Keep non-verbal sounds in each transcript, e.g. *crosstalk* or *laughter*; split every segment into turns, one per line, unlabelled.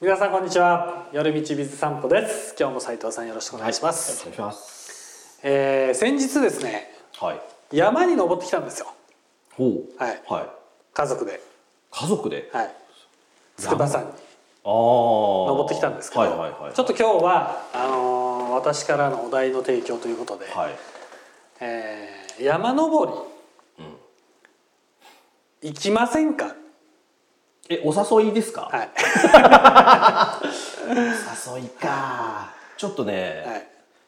皆さんこんにちは夜道ビズ散歩です今日も斉藤さんよろしくお願いしま
お
す、
願いします。
えー先日ですね
はい。
山に登ってきたんですよ
ほう。
はい
はい。
家族で
家族で。あ
はい筑波山に
あ。登
登ってきたんですけど、
はいはいはい。
ちょっと今日はあのー私からのお題の提供ということで、
はい。
えー山登り、行きませんか
え、お誘いですか。
はい、
お誘いか。ちょっとね、
はい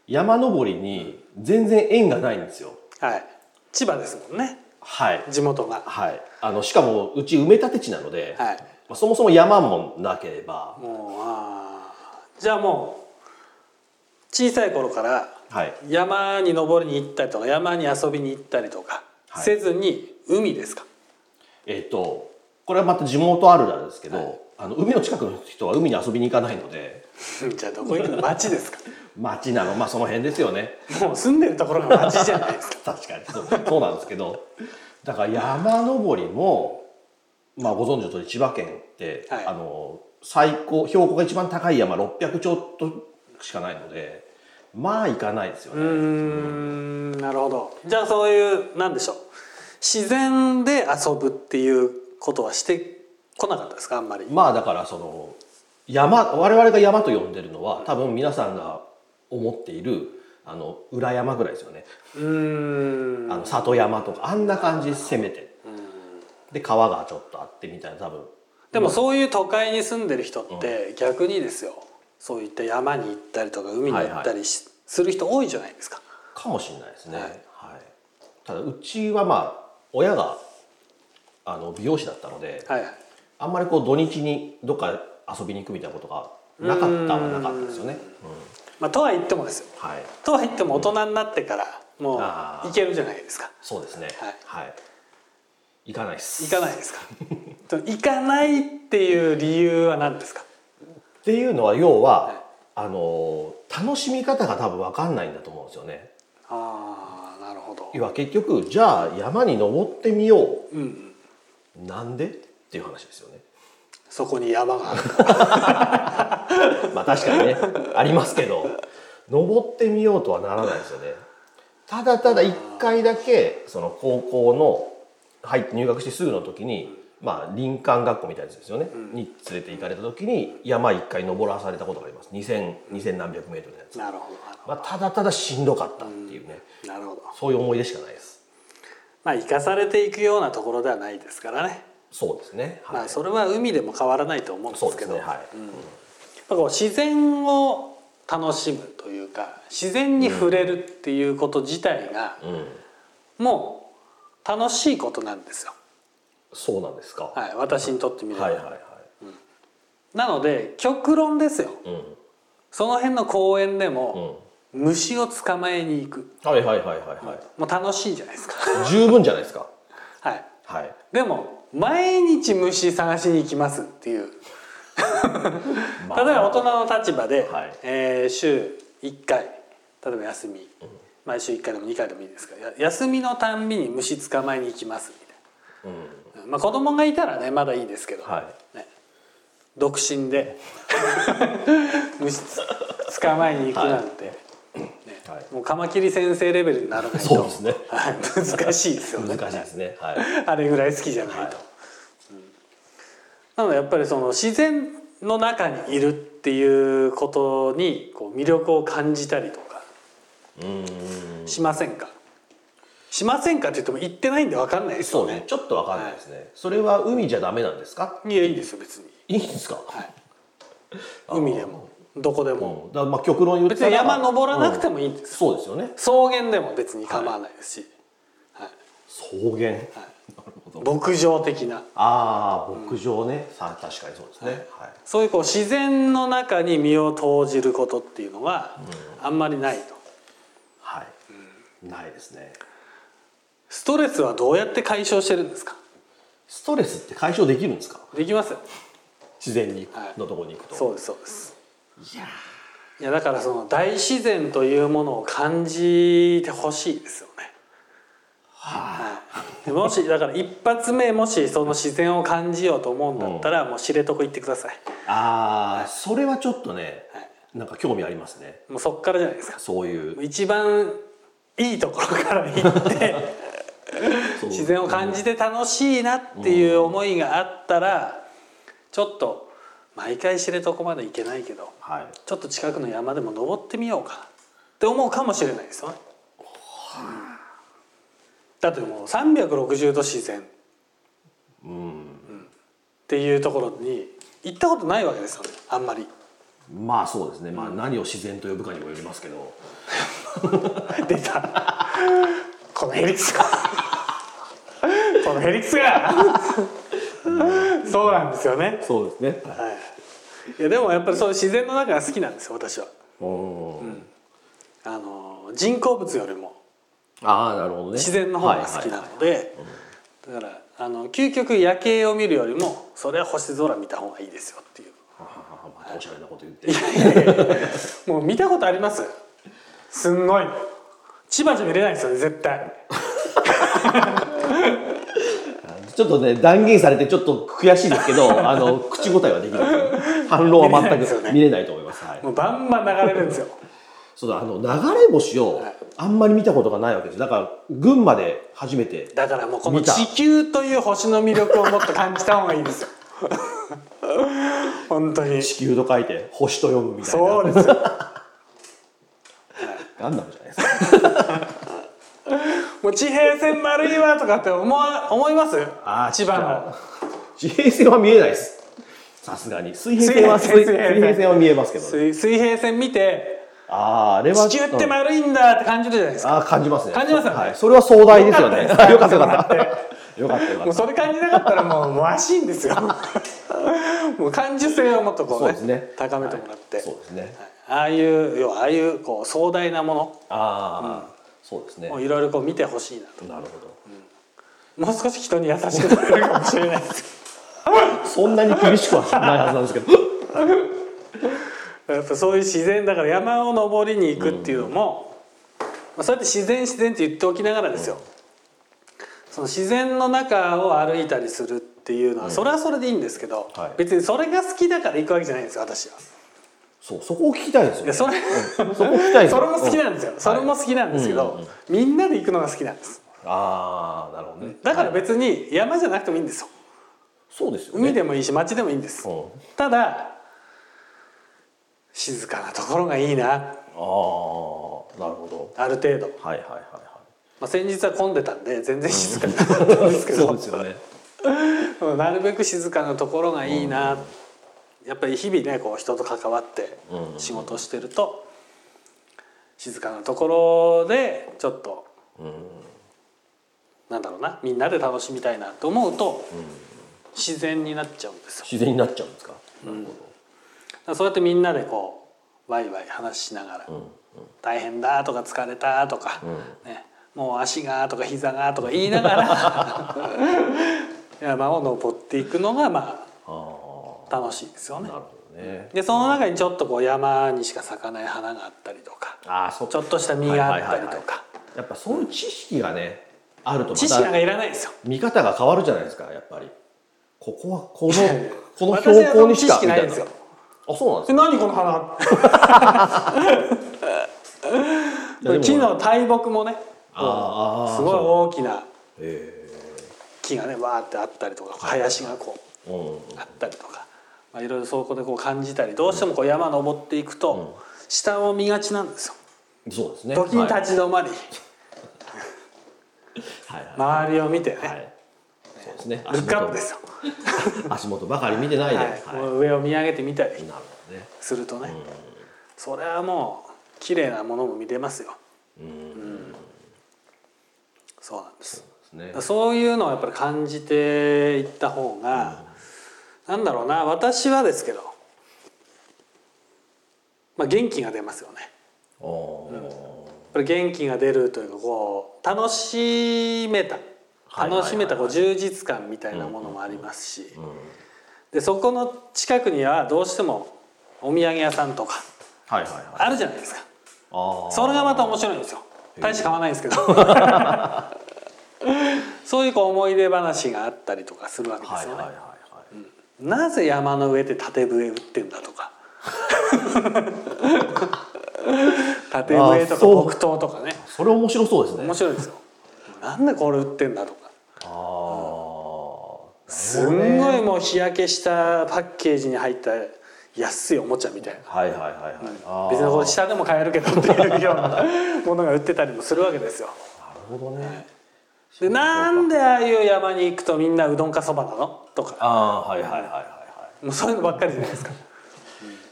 山登りに全然縁がないんですよ。
はい、千葉ですもんね
はい。
地元が
はい。あの、しかも、うち埋め立て地なので。
はい
まあ、そもそも山もなければ。
もうあーじゃあもう小さい頃から
はい。
山に登りに行ったりとか山に遊びに行ったりとか
はい
せずに海ですか、
えっ、と。これはまた地元あるあるですけど、
はい
あの海の近くの人は海に遊びに行かないので
*laughs* じゃあどこ行くの町ですか
町なのまあその辺ですよね
*laughs* もう住んでるところが町じゃないですか
確かにそうそうなんですけどだから山登りも、まあ、ご存知の通り千葉県って、
はい
あの最高標高が一番高い山600ちょっとしかないのでまあ行かないですよ
*laughs* うー
ね、
んなるほどじゃあそういうなんでしょう自然で遊ぶっていうことはしてこなかったですかあんまり
まあだからその山我々が山と呼んでるのは多分皆さんが思っているあの裏山ぐらいですよね、
うーん
あの里山とかあんな感じ攻めて、で川がちょっとあってみたいな多分
でもそういう都会に住んでる人って逆にですよそういった山に行ったりとか海に行ったりしする人多いじゃないですか。
かもしれないですね、
は
はいいただうちはまあ親があの美容師だったので、
はいはい
あんまりこう土日にどっか遊びに行くみたいなことがなかったはなかったですよね、うん
まあ、とは言ってもですよ
はい
とは言っても大人になってからもう
あー
行けるじゃないですか
そうですね
はい
行かないです
行かないですか *laughs* と行かないっていう理由は何ですか
っていうのは要は、
はい
あの楽しみ方が多分分かんないんだと思うんですよね
ああなるほど
要は結局じゃあ山に登ってみよう
うんうん
なんでっていう話ですよね
そこに山がある
まあ確か *laughs* にねありますけど登ってみようとはならないですよねただただ1回だけその高校の入って入学してすぐの時に、まあ、林間学校みたいなやつですよね、に連れて行かれた時に山1回登らされたことがあります2000 2000何百メートルのや *laughs* つ、
なるほどなるほ
まあ、ただただしんどかったっていうね、
どなるほど
そういう思い出しかないです
まあ生かされていくようなところではないですからね、
そうですね、はい
まあそれは海でも変わらないと思うんで
そう
す
で
け
す
ど
ねはい、
やっぱこう自然を楽しむというか自然に触れるっていうこと自体が
うん
もう楽しいことなんですよ、
そうなんですか、は
はい、私にとってみれば、
はいはいはい
なので極論ですよ
うん、
その辺の公園で
う
も
ん、
虫を捕まえに行く
はいはいはいはいはい、
もう楽しいじゃないですか *laughs*
十分じゃないですか
はい
はい
でも毎日虫探しに行きますっていう
ま
例え
あ
ば大人の立場で、
はい
えー週1回例えば休み、毎週1回でも2回でもいいですからや休みのたんびに虫捕まえに行きますみ
うん
たいな、まあ、子供がいたらねまだいいですけど、
は
ね、独身で *laughs* 虫つ *laughs* 捕まえに行くなんて、ね
はい
もうカマキリ先生レベルにならないと
そうですね
はい難しいですよ
い、
ね
難しいですね。はい。
あれぐらい好きじゃないと。
はい
なのでやっぱりその自然の中にいるっていうことにこう魅力を感じたりとか
うーん。
しませんか、しませんかって言っても行ってないんで分かんないです
そ
よ
うね
ね。。
ちょっとわかんないですね、それは海じゃダメなんですか？
いやいいですよ別に、
いいんですか？
はい、
あー
海でもどこでも
うん。だからまあ極論言った
別
ら
に山登らなくて
も、
もいいんで
うん
す、
そうですよね。
草原でも別に構わないですし、はい
草原。なるほど。
牧場的な
ああ牧場ね、さあ確かにそうですね。はい。
そういうこう自然の中に身を投じることっていうのはあんまりないと。
はい。ないですね。
ストレスはどうやって解消してるんですか
ストレスって解消できるんですか？
できます
自然に行く、
はい
のところに行くと。
そう
う。
ですそうです
いやー
いやだからその大自然というものを感じてほしいですよね
はあ。
でもしだから一発目もしその自然を感じようと思うんだったらもう知床行ってください
ああそれはちょっとね
はい
なんか興味ありますね
もうそっからじゃないですか
そういう
一番いいところから行って
そう
自然を感じて楽しいなっていう思いがあったらちょっと毎回知床まで行けないけど
はい
ちょっと近くの山でも登ってみようかなって思うかもしれないですよね。だってもう360度自然っ
うん
ていうところに行ったことないわけですよねあんまり
まあそうですねまあ何を自然と呼ぶかにもよりますけど
出たこのヘリクスがこのヘリクスがそうなんですよね
そうですね
はい、いやでもやっぱりそういう自然の中が好きなんですよ私は
おー
あの人工物よりも
ああなるほどね
自然の方が好きな
はいはい
のでだからあの究極夜景を見るよりもそれは星空見た方がいいですよ
*laughs*
っていう
はいまたおしゃれなこと言って
いやいやいやもう見たことありますすんごいの千葉じゃ見れないですよね絶対
ちょっとね断言されてちょっと悔しいですけどあの口答えはできない反論は
見れないです
全
よね
く見れないと思います、はい、
もうバンバン流れるんですよ
そうだあの流れ星を
はい
あんまり見たことがないわけですだから群馬で初めて
だからもうこの
見た
地球という星の魅力をもっと感じた方がいいです
*laughs*
よ本当に
地球と書いて星と読むみたいな
そうですよ
ガンダムじゃないですか
もう地平線丸いわとかって思わ思います
あー
千葉の
地平線は見えないですさすがに水平線は水
水平
平
線水平線
線は見えますけど、ね、
水水平線見て
ああーあれは
地球って丸いんだって感じるじゃないですか
ああ感じますね
感じますよね
はい、それは壮大ですよね
よかったです
*laughs* よかったよかっ
*laughs* よかった
よかったよ
も
かっ
う
た
それ感じなかったらもうもう足いんですよ
*laughs*
もう感受性をもっとこうね
そうですね
高めてもらって、
そうですね
ああいう要はああいうこう壮大なも
ああ、そうですね
のをいろいろこう見てほしいな
なるほど
ともう少し人に優しくなれるかもしれないです
そんなに厳しくはないはずなんですけど *laughs*
やっぱそういう自然だから山を登りに行くっていうのも、まあ、そうやって自然自然って言っておきながらですよ、その自然の中を歩いたりするっていうのはそれはそれでいいんですけど、
はい
別にそれが好きだから行くわけじゃないんですよ私は。
そうそこを聞きたいですよ、
い
ね、
やそれ
そこ聞きたいです
そ
よ
れも好き
う
なんですよ、それも好きなんですけど、みんなで行くのが好きなんです
ああなるほどね
だから
はい
別に山じゃなくてもいいんですよ
そうですよね
海でもいいし街でもいいんです、
うん
ただ静かなところがいいな
ああなるほど
ある程度、ま
はいはいはいは
あ、先日は混んでたんで全然静かになかったんですけ *laughs*
い
ど、
そうですよね
うんなるべく静かなところがいいな、やっぱり日々ねこう人と関わって
うん
仕事をしてると静かなところでちょっと、なんだろうなみんなで楽しみたいなと思うと、自然になっちゃうんですよ
自然になっちゃうんですか、なるほ
だからそうやってみんなでこうワイワイ話しながら、大変だとか疲れたとか、ね、もう足がとか膝がとか言いながら *laughs* 山を登っていくのがま
ど
あ楽しいですよ
ああ
ね
な。るほどね
でその中にちょっとこう山にしか咲かない花があったりとか
ああそっ
ちょ
か
っとした実があったりと
はいはいは
か
やっぱそういう知識がね、あるとま
知識なんか
た
いらないですよ。
見方が変わるじゃないですかやっぱりここは
*laughs*
こ
いやいや
のこの標高にし
私はその知
か
識
み
ない
た
ん
い
で
な
すよ
あそうなんです
で何この *laughs* 花
いやでも
木の大木もね
あーあー
すごい大きな
へ
木がねわーってあったりとか林がこう
えうん
あったりとか、まあ、いろいろそこでこう感じたりどうしてもこう山登っていくと下を見がちなんですよ。
そうですね
時に
はい
立ち止まり、
はいはい
周りを見てね、
はいそうです
*laughs*
ね
ルックアップですよ、
足元足元ばかり見てないで、
は
はいい
もう上を見上げてみたり
なるほどね
するとね、それはもう綺麗なものも見れますよ、そうなんです
そうですね
そういうのをやっぱり感じていった方が、なんだろうな私はですけど、まあ、元気が出ますよね
おお
やっぱり元気が出るというかこう楽しめた
はいはいはいはい
楽しめたこう充実感みたいなものもありますし、でそこの近くにはどうしてもお土産屋さんとか
ーはいはいはい
あるじゃないですか
ああ
それがまた面白いんですよ大して買わないんですけど *laughs* そういうこう思い出話があったりとかするわけで
は
す
い
よ
は
ね、
いはいはい、
なぜ山の上で縦笛打ってんだと
*laughs*
か縦笛と
あ
か
そう
木刀とかね
それ面白そうですね
面白いですよなんでこれ打ってんだとか
ああ
すんごいもう日焼けしたパッケージに入った安いおもちゃみたいな
はいはいはいはい、あー
別にこれ下でも買えるけどっていうようなものが売ってたりもするわけですよ
なるほどね
でなんでああいう山に行くとみんなうどんかそばなのとか
ああーはいはいはいはいはい
もうそういうのばっかりじゃないですか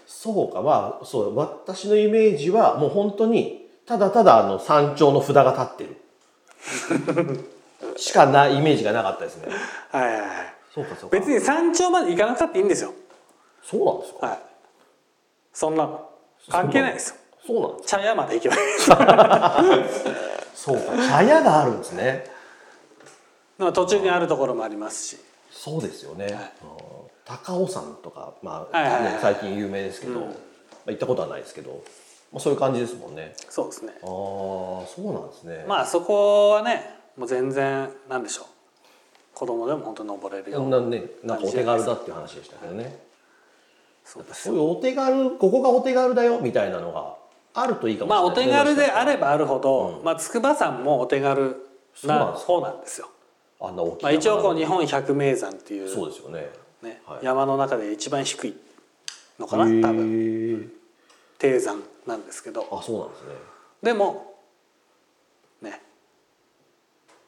そうかまあそう私のイメージはもう本当にただただあの山頂の札が立って *laughs* るしかなイメージがなかったですね
はいはいはい
そうかそうか
別に山頂まで行かなくたっていいんですよ
そうなんですか
はいそんなの関係ないですよ
そうなんです
茶屋まで行けばいい *laughs*
そうか茶屋があるんですね
まあ途中にあるところもありますし
そうですよね、うん高尾山とか、まあ
はいはいはい
ね最近有名ですけど、まあ、行ったことはないですけど、まあ、そういう感じですもんね
そうですね
ああそうなんですね
まあそこはねもう全然なんでしょう子供でも本当登れる
そ
よ
んなねなんかお手軽だっていう話でしたけどね
そうです
そういうお手軽ここがお手軽だよみたいなのがあるといいかも
まあお
しれ
手
ない
軽
ね
であればあるほど、まあ筑波山もお手軽な方なんですよ。
あんな大きい
まあ一応こう
に
日本百名山っていう
そうですよね
ね、
はい
山の中で一番低いのかな、多分
分
低山なんですけど、
あそうなんですね
でもね、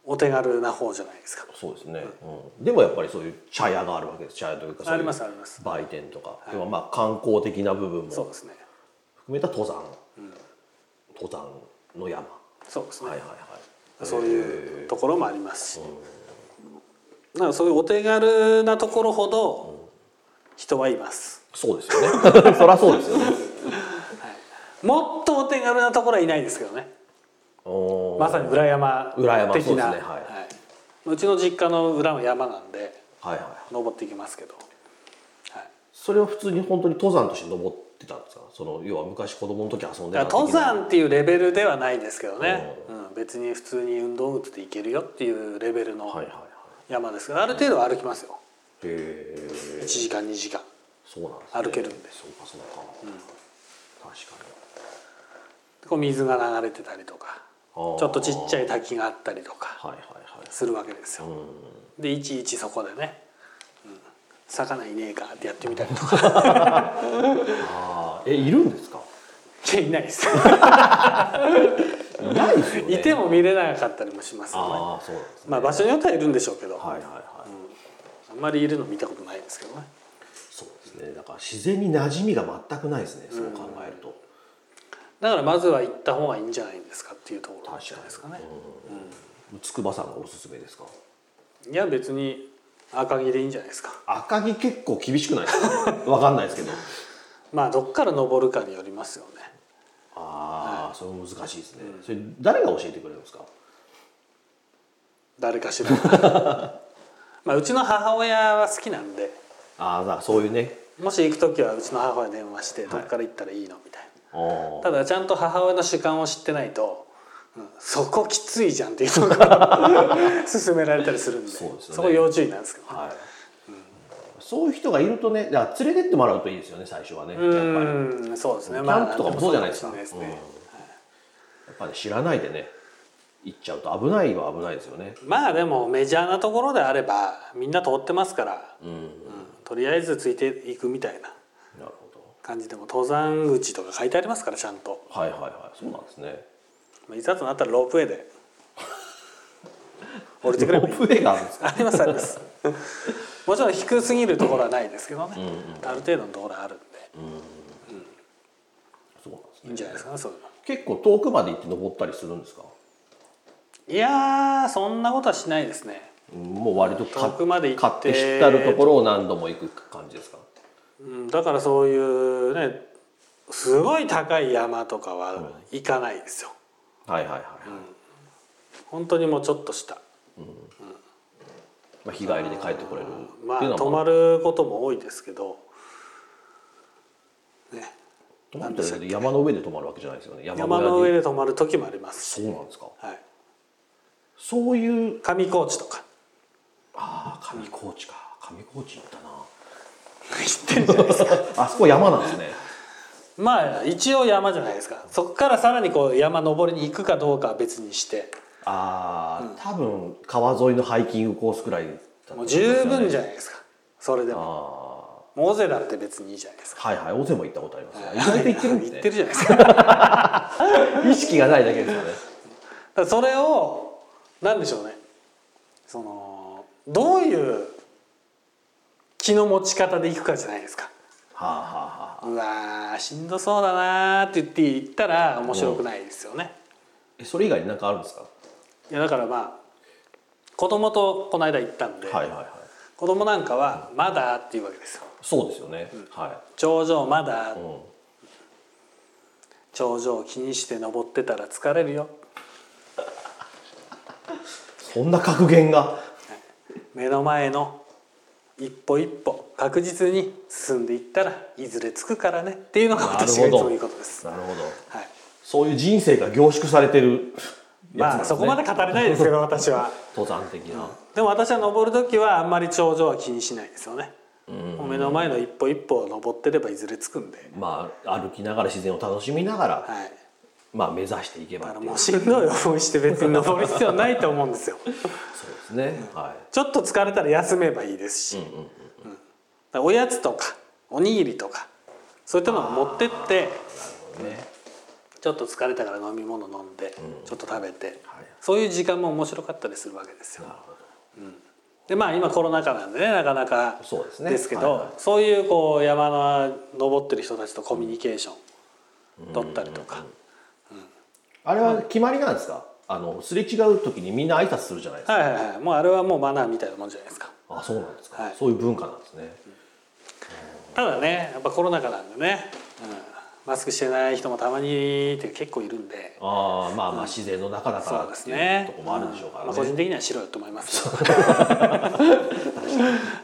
お手軽な方じゃないですか。
そうですね、うん、でもやっぱりそういう茶屋があるわけです茶屋というかそういう
ありますあります
売店とか、でもまあ観光的な部分も
そう
含
ですね。
めた登山、登山の山は
そうです
い
ね。
はいはい
そういうところもありますし、だからそういうお手軽なところほど人はいます。
そうですよね *laughs* そりゃそうで
*laughs*
すよね
もっとお手軽なところはいないですけどね。
おー
まさに裏山
裏山
的
そうですね
な
はいう
ちの実家の裏は山なんで
はいはい
登っていきますけど、はい、
それは普通に本当に登山として登ってたんですかその要は昔子供の時遊んで
だ
た
から
的な
登山っていうレベルではないですけどね、うん、別に普通に運動靴で行けるよっていうレベル
は
の
いはいはい
山ですからある程度は歩きますよ
へえ
1時間2時間
そうなんです、ね、
歩けるんで
そうかそうか、確かに
こう水が流れてたりとかち
あー
ょっとちっちゃい滝があったりとか
はいはい
するわけですよ
はい
でいちいちそこでね、うん魚いねえかってやってみたりと
*laughs*
か
ああえいるんですか
いやいないです
いないですよね
いても見れなかったりもしますよね
ああそうなんですね
まあ場所によってはいるんでしょうけど、
はいはいはい、
あんまりいるの見たことないですけどね
そうですねだから自然に馴染みが全くないですねそう考えると、
だからまずは行った方がいいんじゃないんですかっていうところ
確
じゃ
か
ないで
に
すかね、
うん、筑波山がおすすめですか
いや別に赤城でいいんじゃないですか
赤城結構厳しくないですかわかんないですけど
まあどっから登るかによりますよね
ああ、それも難しいですね、それ誰が教えてくれるんですか
誰かし
*laughs*
らまあうちの母親は好きなんで
ああだからそういうね
もし行く時はうちの母親に電話してどっから行ったらいいのみたい
あー
なただちゃんと母親の主観を知ってないと、うんそこきついじゃんっていうとこ
*laughs*
が勧められたりするんで
そうですよね
そこ要注意なんですけどね、
はい、そういう人がいるとねだから連れてってもらうといいですよね最初はねやっぱりやっ
うんそうですね。
キャンプとかもそうじゃないですか
まあんともそうかもしれないですね
ぱり知らないでね行っちゃうと危ないは危ないですよね
まあでもメジャーなところであればみんな通ってますから、
うん
うんとりあえずついていくみたいな
なるほど
感じでも登山口とか書いてありますからちゃんと。
はいはいはいそうなんですね
まあいざとなったらロープウェイ
*laughs*
で降りてくればいい。
ロープウェイがあるんですか
ありますあります。もちろん低すぎるところはないですけどね。ある程度のところはあるんで
そうなんです
いいんじゃないですかねそういうの。
結構遠くまで行って登ったりするんですか
いやーそんなことはしないですね。
うんもう割とか
遠くまで行って
買って知ったるところを何度も行く感じですか
うんだからそういうねすごい高い山とかは行かないですよ、
はいはいはいはい、
本当にもうちょっとした
まあ、日帰りで帰ってこれる
ま
っ
あ
ていうのは
泊まることも多いですけどね
泊まってるけど山の上で泊まるわけじゃないですよね
山の上
小屋で
で泊まる時もあります
そうなんですか
はい
そういう *laughs*
上高地とか
ああ上高地か上高地行ったな
ってるじゃないですか
あそこ山なんですね。
まあ一応山じゃないですかそこからさらにこう山登りに行くかどうかは別にして
ああ、多分川沿いのハイキングコースくらいだったと
も
思
う
いますよね、
十分じゃないですかそれで
あ
も
あ
もう尾瀬だって別にいいじゃないですか
はいはい大勢も行ったことありますね。意外と行ってるんです
行
ね
ってるじゃないですかだか
意識がないだけですよね。
ら *laughs* それをなんでしょうねそのどういう気の持ち方で行くかじゃないですか
はあはあはあ。
うわーしんどそうだなーって言って行ったら面白くないですよね、
えそれ以外に何かあるんですか。
いやだからまあ子供とこの間行ったんで、
はいはいはい。
子供なんかは「まだ」っていうわけですよ
そうですよね。は
「頂上まだ
い。うん。
頂上気にして登ってたら疲れるよ
そんな格言が。
目の前の一歩一歩確実に進んでいったらいずれ着くからね」っていうのが
なる
私が
ほ
いつも
ど。
言うことです。
なるほど。
はい
そういう人生が凝縮されてるやつな
ま
んで
あ
すね。
そこまで語れないですけど私は
登山的な。
でも私は登る時はあんまり頂上は気にしないですよね、もう目の前の一歩一歩を登ってればいずれ着くんで、
まあ歩きながら自然を楽しみながら
はい、
まあ目指していけば
だか
っ
ら
ていう
もう。しんどい思いして別に登る必要ないと思うんですよ
そうですね。は
ちょっと疲れたら休めばいいですし、
い。うんう
だ
ん。
からおやつとかおにぎりとかそういったのを持ってって
ね。
ちょっと疲れたから飲み物飲んで、ちょっと食べて、
はい
そういう時間も面白かったりするわけですよ。でまあ今コロナ禍なんでねなかなか
そうですね
けど、
はいはい
そういうこう山の登ってる人たちとコミュニケーション取ったりとか、
あれは決まりなんですか。あのすれ違う時にみんな挨拶するじゃないですか。
はいはいはいもうあれはもうマナーみたいなもんじゃないですか。
あそうなんですか
はい。
そういう文化なんですね。
ただねやっぱコロナ禍なんでね、うん、マスクしてない人もたまにって結構いるんで。
ああまあまあ自然の中だか
そ
ら
うで
っ
す
ていう
ね
と。こもあるんでしょうから
まあ個人
ね。
的には白いと思いますけど。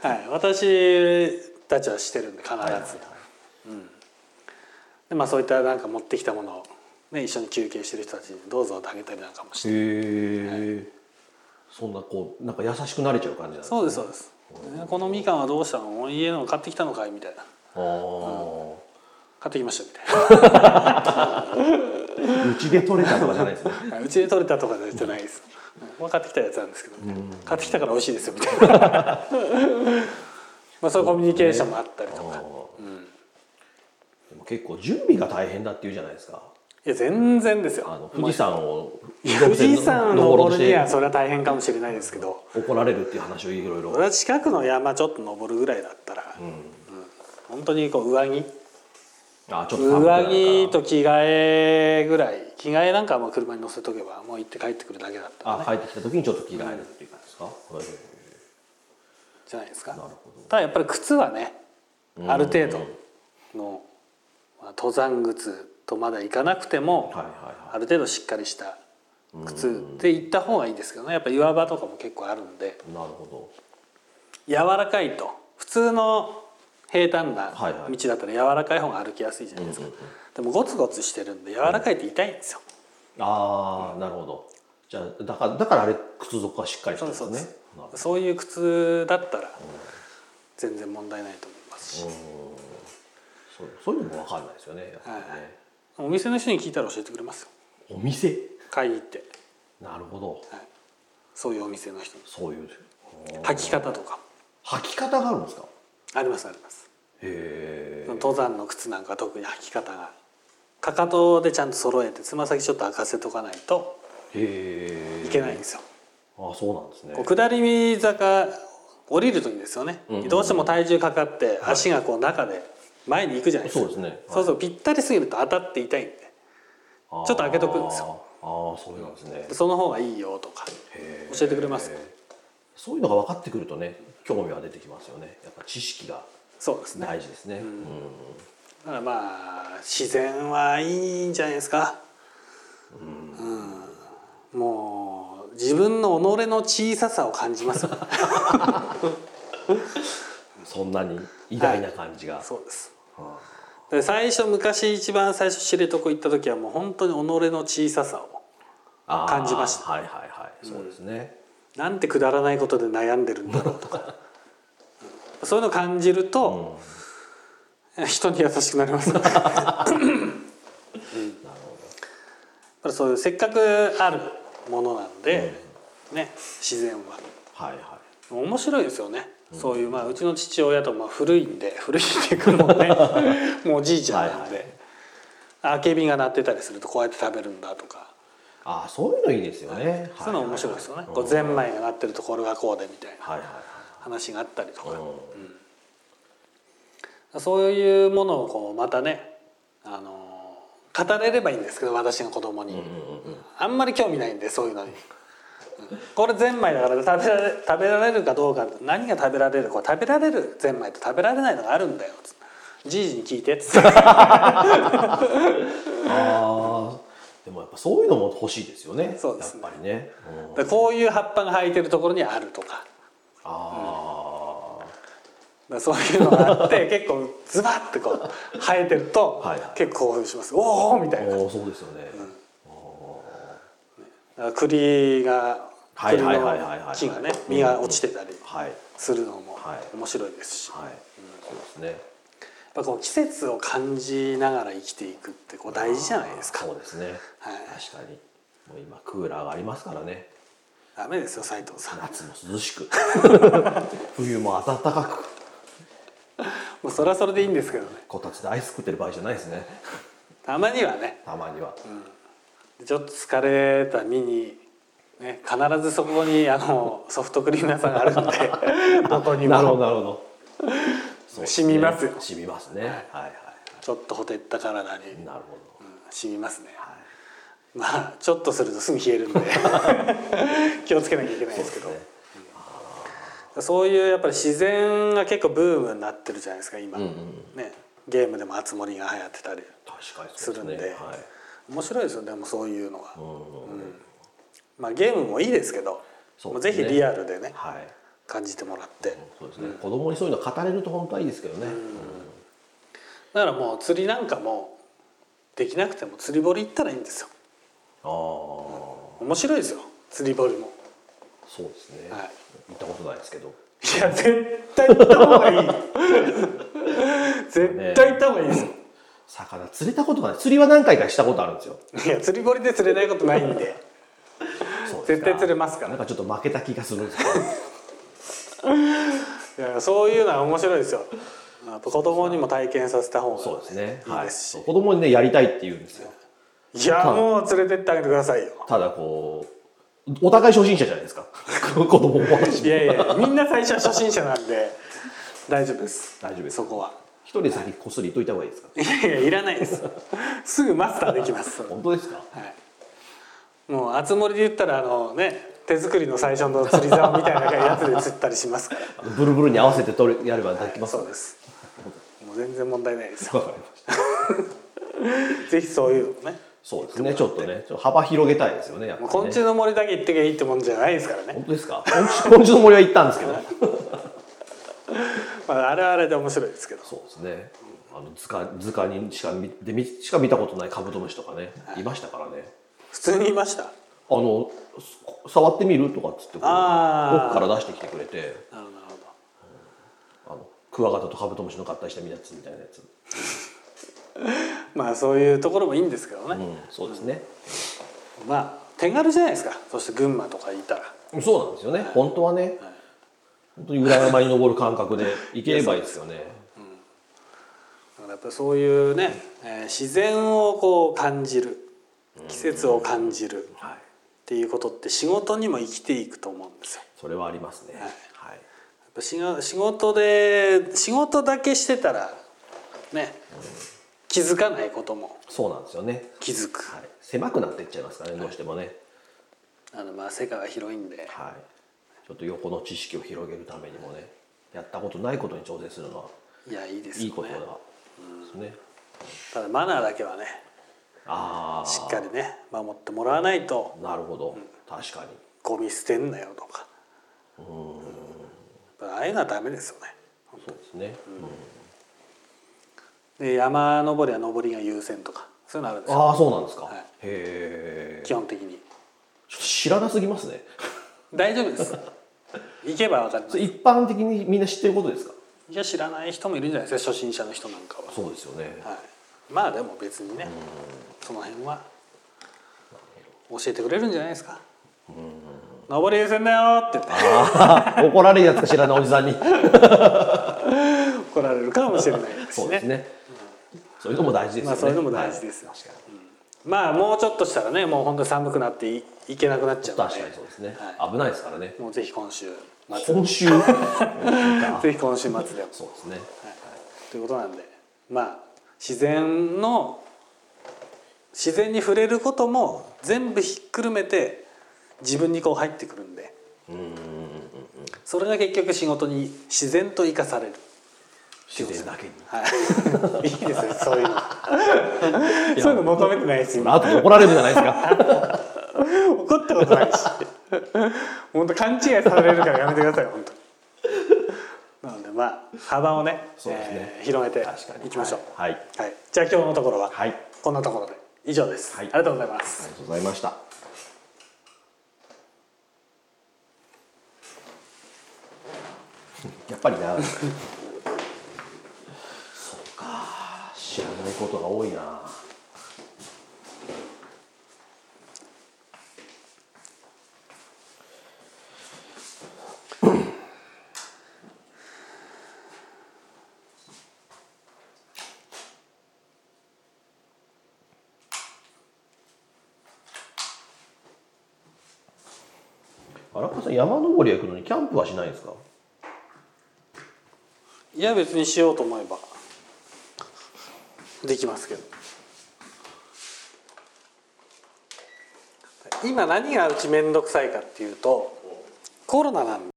はい、私たちはしてるんで必ず。うんでまあそういったなんか持ってきたものをね一緒に休憩してる人たちにどうぞってあげたりなんかもして。
へえ。そんなこうなんか優しくなれちゃう感じなんですね。
そうですそうです。ねこのみかんはどうしたの？家の買ってきたのかいみたいな。
ああ
買ってきましたみたいな。
うちで取れたとかじゃないですね。
はいうちで取れたとかじゃないです。まあ買ってきたやつなんですけど、ね、買ってきたから美味しいですよみたいな。 *laughs* まあそういうコミュニケーションもあったりと
あ
か。
ー
うん
でも結構準備が大変だっていうじゃないですか。
いや全然ですよ。
あの富士山を
富士山登るには
登
それは大変かもしれないですけど、
ろうとして怒られるっていう話をいろいろ。
俺は近くの山ちょっと登るぐらいだったら、
うん。
本当にこう上着、
あーちょっと寒くなる
上
から
着と着替えぐらい、着替えなんかはもう車に乗せとけばもう行って帰ってくるだけだった
あ帰ってきた時にちょっと着替えるっていう感じですか。はい
じゃないですか。
なるほ
ただやっぱり靴はね、ある程度のまあ登山靴とまだ行かなくても、
ど。はいはい
ある程度しっかりした靴で行った方がいいですけどね。やっぱ岩場とかも結構あるんで。
はい。なるほ
柔らかいと普通の平坦な
はいはい
道だったら柔らかい方が歩きやすいじゃないですか、でもゴツゴツしてるんで柔らかいって痛いんですよ、
ど。ああなるほど。じゃあだからだからあれ靴底はしっかりして
そう
るん
で
ですす
そうで。す
ねなるほど
そういう靴だったら全然問題ないと思いますし、
そうそういうのもわかんないですよね。やっぱりね
はいはお店の人に聞いたら教えてくれますよ
お店。
買いに行って、
なるほど。
はい、そういうお店の人に
そういう
履き方とか
履き方があるんですか。
ありますあります
へえ。
登山の靴なんか特に履き方がかかとでちゃんと揃えてつま先ちょっと開かせとかないと
へえ。
いけないんですよ、
あそうなんですね。
こう下り坂降りる時ですよね、
うんうんうん
どうしても体重かかって足がこう中で前に行くじゃないですか、
そうですね。
そうするとぴったりすぎると当たって痛いんで
ょ
っと開けとくんですよ。
あーあーそうなんですね。
その方がいいよとか
へー
教えてくれますよ
そういうのが分かってくるとね興味は出てきますよねやっぱ知識が
そうですね
大事ですね、うん
だからまあ自然はいいんじゃないですかうん、もう自分の己の小ささを感じ *laughs* ますよね
そんなに偉大な感じが、
そうです
は
で最初昔一番最初知床行った時はもう本当に己の小ささを
あー
感じました
はいはいはいそうですね、
なんてくだらないことで悩んでるんだろうとかうんそういうのを感じると、人に優しくなり *laughs* ますやっぱりそういうせっかくあるものなんで、ね自然は
はいは
面白いですよね、そういうまあうちの父親とまあ古いんで *laughs* 古いっていうかもう
*laughs*
ねもうおじいちゃんなんで、
はい
あけびが鳴ってたりするとこうやって食べるんだとか、
いああそういうのいいですよね、はい、
そういうの面白いですよね、
うん
こうゼンマイが鳴ってるとこれがこうでみたいな
はいはい
話があったりとか
はい、うん、
そういうものをこうまたね、あのー語れればいいんですけど私が子供に、あんまり興味ないんでそういうのに、うんこれゼンマイだから食べられ食べられるかどうか何が食べられるこれ食べられるゼンマイと食べられないのがあるんだよつってじいじに聞いてっつって
ああでもやっぱそういうのも欲しいですよね
そうですね
やっぱりね、うん、
でこういう葉っぱが生えてるところにあるとか
ああ
でそういうのがあって
*laughs*
結構ズバッてこう生えてると
はいはい
結構興奮しますおおみたいな
おーそうですよね、
だから栗が
はい
栗の
はいはいはいはい
木がね実が落ちてたり
はい
するのも
はい
面白いですし、やっ
はい、そうですね
ぱこう季節を感じながら生きていくってこう大事じゃないですか
そうですね、
はい
確かにもう今クーラーがありますからね
ダメですよ斉藤さん、ま
夏も涼し
*laughs*
く冬も暖かく
あ、それはそれでいいんですけどね
こたつでアイス食ってる場合じゃないですね
たまにはね
たまには、
ちょっと疲れた身に、ね、必ずそこにあのソフトクリーナーさんがあるんでどこに
なる *laughs* ほど
も
なるほどそうですね
*laughs* 染みますよ
染みますねはいは
ちょっとほてった体に、
いなるほど、
染みますね
はい
まあちょっとするとすぐ冷えるんで *laughs* 気をつけなきゃいけないですけど
ね
そういうやっぱり自然が結構ブームになってるじゃないですか今、
うんうん
ね、ゲームでも熱盛が流行ってたり
確かに
す
そう
るん
で
です
ねはい
面白いですよでもそういうのは、
うんうん
まあ、ゲームもいいですけど
そう
もう
です
ぜ
ね
ひリアルでね
はい
感じてもらって
そうですね、子供にそういうの語れると本当はいいですけどね、
だからもう釣りなんかもできなくても釣り堀行ったらいいんですよ
ああ
面白いですよ釣り堀も
そうですね、
はい
行ったことないですけど
いや絶対行った方がいい絶対行った方がいいですよ
魚釣れたことがない釣りは何回かしたことあるんですよ
いや釣り堀で釣れないことないんで
そうですか
絶対釣れますから
なんかちょっと負けた気がするんです
*laughs*
けど
いやそういうのは面白いですよやっぱ子供にも体験させた方が
そうですね
いい
はい
ですし
そう子供にねやりたいって言うんですよ
いやもう連れてってあげてくださいよ
ただこうお互い初心者じゃないですか *laughs* 子供も私
い
も
やいやみんな最初は初心者なんで大丈夫です
大丈夫です
そこは
一人で先こっそり言っといた方がいいですか
いやいやいらないですすぐマスターできますは
本当ですか
いもう熱盛で言ったらあのね手作りの最初の釣り竿みたいなやつで釣ったりしますから
あのブルブルに合わせて取るやればできます
そうですもう全然問題ないですよ
わかりました
ぜひそういうのね
そうですねちょっとねちょっと幅広げたいですよねやっぱ
もう
り
昆
ね
虫の森だけ行ってけばいいってもんじゃないですからね
本当ですか昆虫昆虫の森は行ったんですけど
まあ、あれはあれで面白いですけど
そうですねあの図鑑図鑑にしか見で見しか見たことないカブトムシとかねいましたからね
普通にいました
あのす触ってみるとかっつってこう
あー
奥から出してきてくれて
なるほどなるほど
あのクワガタとカブトムシの合体したやつみたいなやつ、
まあそういうところもいいんですけどね、
うん、そうですね、
まあ手軽じゃないですかそして群馬とかいたら
そうなんですよね本当はね、本当に裏山に登る感覚で行ければいいですよね
だからやっぱりそういうね、えー自然をこう感じる季節を感じるっ
はい
ていうことって仕事にも生きていくと思うんですよ。
それはありますねはい、
やっぱしが仕事で仕事だけしてたらね気づかないことも
そうなんですよね、
気づく、
はい、狭くなっていっちゃいますからねどうしてもね、
あのまあ世界は広いんで
はい、ちょっと横の知識を広げるためにもねやったことないことに挑戦するのはい
やいいですよね
いいことだですね。
ただマナーだけはね
ああ
しっかりね守ってもらわないと
なるほど、確かに
ゴミ捨てんなよとかやっぱああいうのはダメですよね
そうですね、うん
で山登りは登りが優先とかそういうのあるんですよ
ああそうなんですか、
はい
へえ
基本的に
ちょっと知らなすぎますね *laughs*
大丈夫です行けば分かる
それ一般的にみんな知ってることですか
いや知らない人もいるんじゃないですか初心者の人なんかは、
そうですよね、
*laughs* はい、まあでも別にねその辺は教えてくれるんじゃないですか「上り優先だよ」って言って
あ怒られるやつか知らないおじさ
*laughs*
んに
怒られるかもしれないです
そ
し
う
ね
ですね、そういうのも大事ですよね、
まあそういうのも大事ですよ
はい確かに
まあもうちょっとしたらねもう本当に寒くなっていいけなくなっちゃうので
確かにそうですね、
は
危ないですからね
い、もうぜひ今週末 *laughs*
今週そう
ぜひ今週末でも
ですね
ということなんでまあ自然の自然に触れることも全部ひっくるめて自分にこう入ってくるんで
うんうんうん
それが結局仕事に自然と生かされる、
自然だけに
*laughs* はい、いいですねそういうの *laughs* そういうの求めてないです今
あとで怒られるじゃないですか
*laughs* 怒ったことないし本当勘違いされるからやめてください本当なのでまあ幅をね
そうですね
えー広げて
確かに
いきましょう
はいはい
はい、じゃあ今日のところは
はいあ
こんなところで以上です、
はい
ありがとうございます
りがとうございました *laughs* やっぱりな *laughs* そうか知らないことが多いな荒川さん山登りは行くのにキャンプはしないんですか
いや別にしようと思えばできますけど今何がうち面倒くさいかっていうとコロナなんで